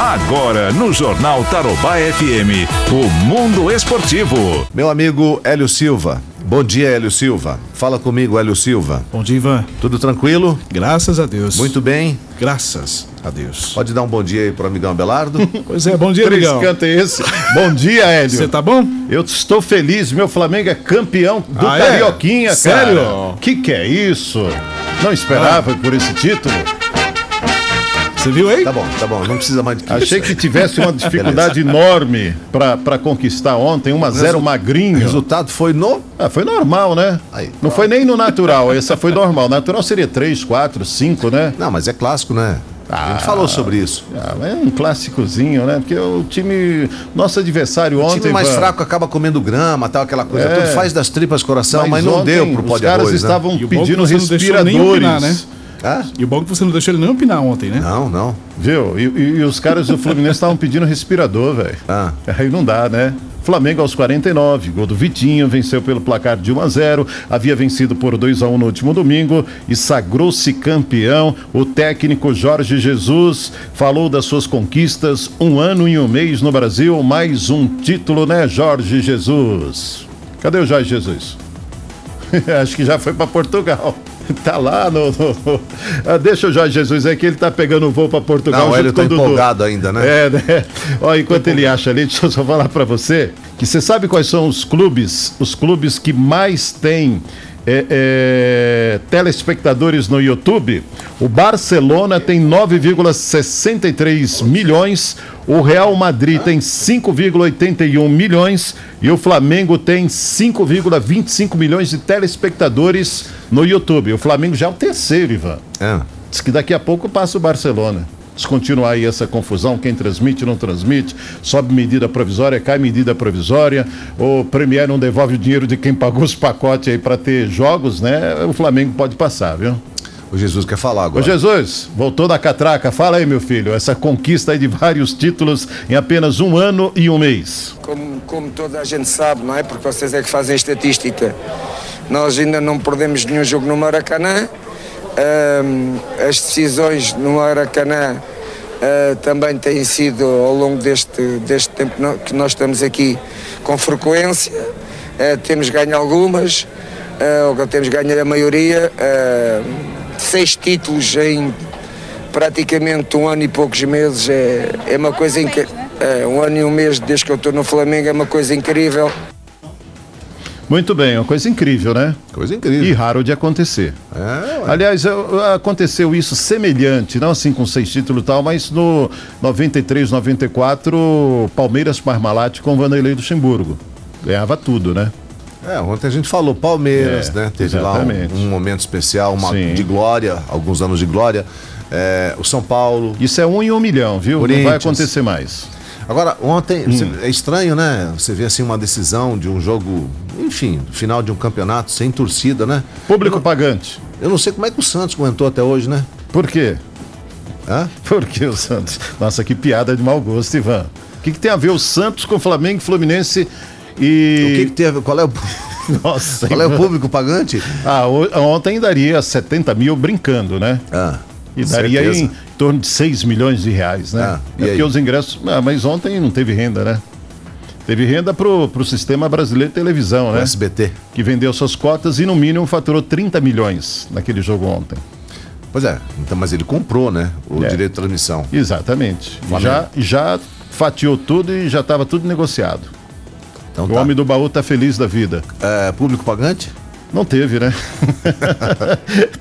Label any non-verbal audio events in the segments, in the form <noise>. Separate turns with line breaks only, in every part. Agora, no Jornal Tarobá FM, o Mundo Esportivo.
Meu amigo Hélio Silva. Bom dia, Hélio Silva. Fala comigo, Hélio Silva.
Bom dia, Ivan.
Tudo tranquilo?
Graças a Deus.
Muito bem?
Graças a Deus.
Pode dar um bom dia aí pro amigão
<laughs>
Abelardo?
Pois é, bom dia,
Três
amigão.
canto é <laughs> esse. Bom dia, Hélio.
Você tá bom?
Eu estou feliz, meu Flamengo é campeão do
Ah, é?
Carioquinha,
Sério?
cara. Que que é isso? Não
Ah,
esperava por esse título.
Você viu aí?
Tá bom, tá bom. Não precisa mais de que
Achei
isso.
que tivesse
<laughs>
uma dificuldade enorme para conquistar ontem, 1 a 0
Resu- O
magrinho.
resultado foi no.
Ah, foi normal, né?
Aí.
Não foi nem no natural, essa foi normal. Natural seria 3, 4, 5, né?
Não, mas é clássico, né? A gente falou sobre isso.
Ah, mas é um clássicozinho, né? Porque o time, nosso adversário
O
ontem...
time mais
Ivan,
fraco acaba comendo grama, tal, aquela coisa.
É.
Tudo faz das tripas coração, mas, não
ontem
deu pro pó
Os
de
caras
arroz, né?
estavam
E o bom que
pedindo
você não deixou
respiradores.
nem opinar, né?
Hã?
E o bom que você não deixou ele nem opinar ontem, né?
Não, não.
Viu? E, e- e os caras do Fluminense estavam pedindo respirador, velho.
Ah.
Aí não dá, né? Flamengo aos 49, gol do Vitinho, venceu pelo placar de 1 a 0, havia vencido por 2 a 1 no último domingo e sagrou-se campeão. O técnico Jorge Jesus falou das suas conquistas, um ano e um mês no Brasil, mais um título, né, Jorge Jesus? Cadê o Jorge Jesus? <laughs> Acho que já foi para Portugal. <laughs> Tá lá no. no- no- Ah, deixa o Jorge Jesus aí que ele tá pegando o voo para Portugal.
Não, o
junto
Hélio
com
tá
o Dudu.
empolgado ainda, né?
É, né? Ó, enquanto ele acha ali, <laughs> deixa eu só falar para você que você sabe quais são os clubes, os clubes que mais têm é, é, telespectadores no YouTube? O Barcelona tem 9,63 milhões, o Real Madrid tem 5,81 milhões e o Flamengo tem 5,25 milhões de telespectadores no YouTube. O Flamengo já é o terceiro, Ivan.
É.
Diz que daqui a pouco passa o Barcelona. Se continuar aí essa confusão, quem transmite, não transmite, sobe medida provisória, cai medida provisória, o Premier não devolve o dinheiro de quem pagou os pacotes aí para ter jogos, né? O Flamengo pode passar, viu?
O Jesus quer falar agora.
Ô Jesus, voltou da catraca, fala aí, meu filho, essa conquista aí de vários títulos em apenas um ano e um mês.
Como, como toda a gente sabe, não é? Porque vocês é que fazem estatística. Nós ainda não perdemos nenhum jogo no Maracanã. Ahm, as decisões no Maracanã ah, também têm sido, ao longo deste, deste tempo no- que nós estamos aqui, com frequência. Ah, temos ganho algumas, ah, ou temos ganho a maioria. Ah, seis títulos em praticamente um ano e poucos meses é, é uma coisa incrível. um ano e um mês desde que eu estou no Flamengo é uma coisa incrível.
Muito bem, uma coisa incrível, né?
Coisa
E
incrível.
raro de acontecer.
É, ué.
Aliás, eu- aconteceu isso semelhante, não assim com seis títulos e tal, mas no 93, 94, Palmeiras Parmalat com Vanderlei Luxemburgo. Ganhava tudo, né?
É, ontem a gente falou Palmeiras,
É,
né? Teve
exatamente.
lá um, um momento especial, uma
Sim.
de glória, alguns anos de glória. É, o São Paulo.
Isso é um em um milhão, viu? Não vai
Corinthians.
acontecer mais.
Agora, ontem,
Hum.
você- é estranho, né? Você vê assim uma decisão de um jogo, enfim, final de um campeonato sem torcida, né?
Público pagante.
Eu não sei como é que o Santos aguentou até hoje, né?
Por quê? <laughs>
Hã?
Por que o Santos? Nossa, que piada de mau gosto, Ivan. O que, que tem a ver o Santos com Flamengo, Fluminense
O que, que
e.
tem a ver? Qual é o,
<laughs> Nossa,
qual é o
Ivan.
público pagante?
Ah, o- ontem daria 70 mil brincando, né?
Ah,
E
com
daria
certeza.
em torno de 6 milhões de reais, né?
Ah, e
é
aí?
porque os ingressos. Ah, mas ontem não teve renda, né? Teve renda pro, pro sistema brasileiro de televisão,
O
né?
SBT.
Que vendeu suas cotas e no mínimo faturou 30 milhões naquele jogo ontem.
Pois é, então, mas ele comprou, né? O
É.
direito de transmissão.
Exatamente. Já, já fatiou tudo e já estava tudo negociado.
Então,
O
tá.
homem do baú tá feliz da vida.
É, público pagante?
Não teve, né? <laughs>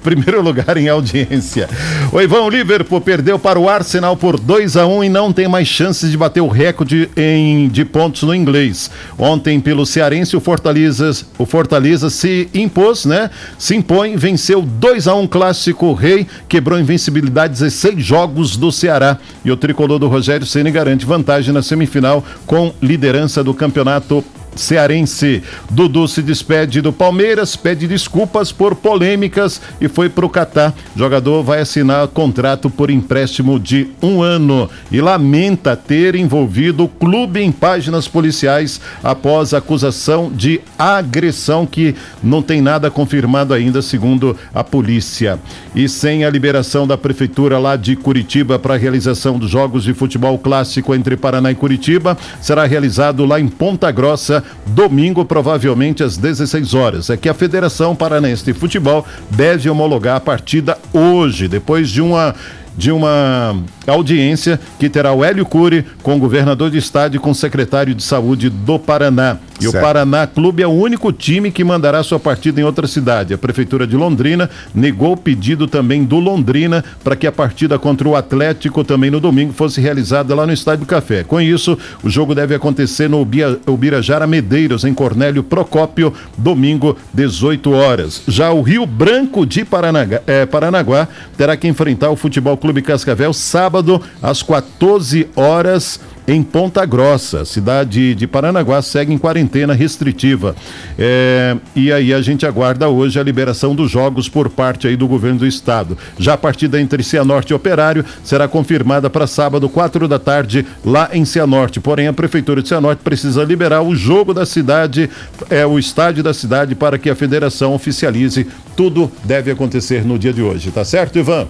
Primeiro lugar em audiência. O Ivan Liverpool perdeu para o Arsenal por 2 a 1 e não tem mais chances de bater o recorde em- de pontos no inglês. Ontem, pelo Cearense, o Fortaleza, o Fortaleza se impôs, né? Se impõe, venceu 2 a 1 clássico rei, quebrou a invencibilidade 16 jogos do Ceará. E o tricolor do Rogério Ceni garante vantagem na semifinal com liderança do campeonato cearense. Dudu se despede do Palmeiras, pede desculpas por polêmicas e foi para o Catar. Jogador vai assinar contrato por empréstimo de um ano e lamenta ter envolvido o clube em páginas policiais após acusação de agressão que não tem nada confirmado ainda, segundo a polícia. E sem a liberação da prefeitura lá de Curitiba para a realização dos jogos de futebol clássico entre Paraná e Curitiba, será realizado lá em Ponta Grossa domingo, provavelmente às 16 horas. É que a Federação Paranaense de Futebol deve homologar a partida hoje, depois de uma de uma audiência que terá o Hélio Cury com o governador de estado e com o secretário de saúde do Paraná. E o
Certo.
Paraná Clube é o único time que mandará sua partida em outra cidade. A prefeitura de Londrina negou o pedido também do Londrina para que a partida contra o Atlético também no domingo fosse realizada lá no Estádio do Café. Com isso, o jogo deve acontecer no Ubia- Ubirajara Medeiros, em Cornélio Procópio, domingo, 18 horas. Já o Rio Branco de Paranaga- eh, Paranaguá terá que enfrentar o Futebol Clube Cascavel sábado às 14 horas em Ponta Grossa, cidade de Paranaguá, segue em quarentena restritiva. É, e aí a gente aguarda hoje a liberação dos jogos por parte aí do governo do estado. Já a partida entre Cianorte e Operário será confirmada para sábado, quatro da tarde, lá em Cianorte. Porém, a prefeitura de Cianorte precisa liberar o jogo da cidade, é o estádio da cidade, para que a federação oficialize. Tudo deve acontecer no dia de hoje, tá certo, Ivan?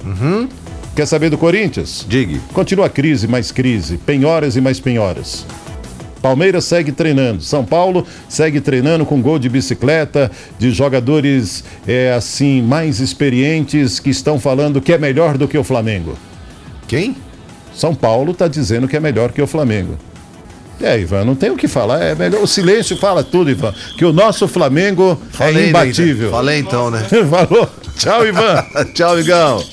Quer saber do Corinthians?
Diga.
Continua crise, mais crise, penhoras e mais penhoras. Palmeiras segue treinando, São Paulo segue treinando com gol de bicicleta, de jogadores é, assim mais experientes que estão falando que é melhor do que o Flamengo.
Quem?
São Paulo está dizendo que é melhor que o Flamengo. É, Ivan, não tem o que falar. É melhor o silêncio fala tudo, Ivan. Que o nosso Flamengo é
né,
imbatível. <laughs>
Falei então, né? <laughs>
Falou. Tchau, Ivan.
Tchau, Igão.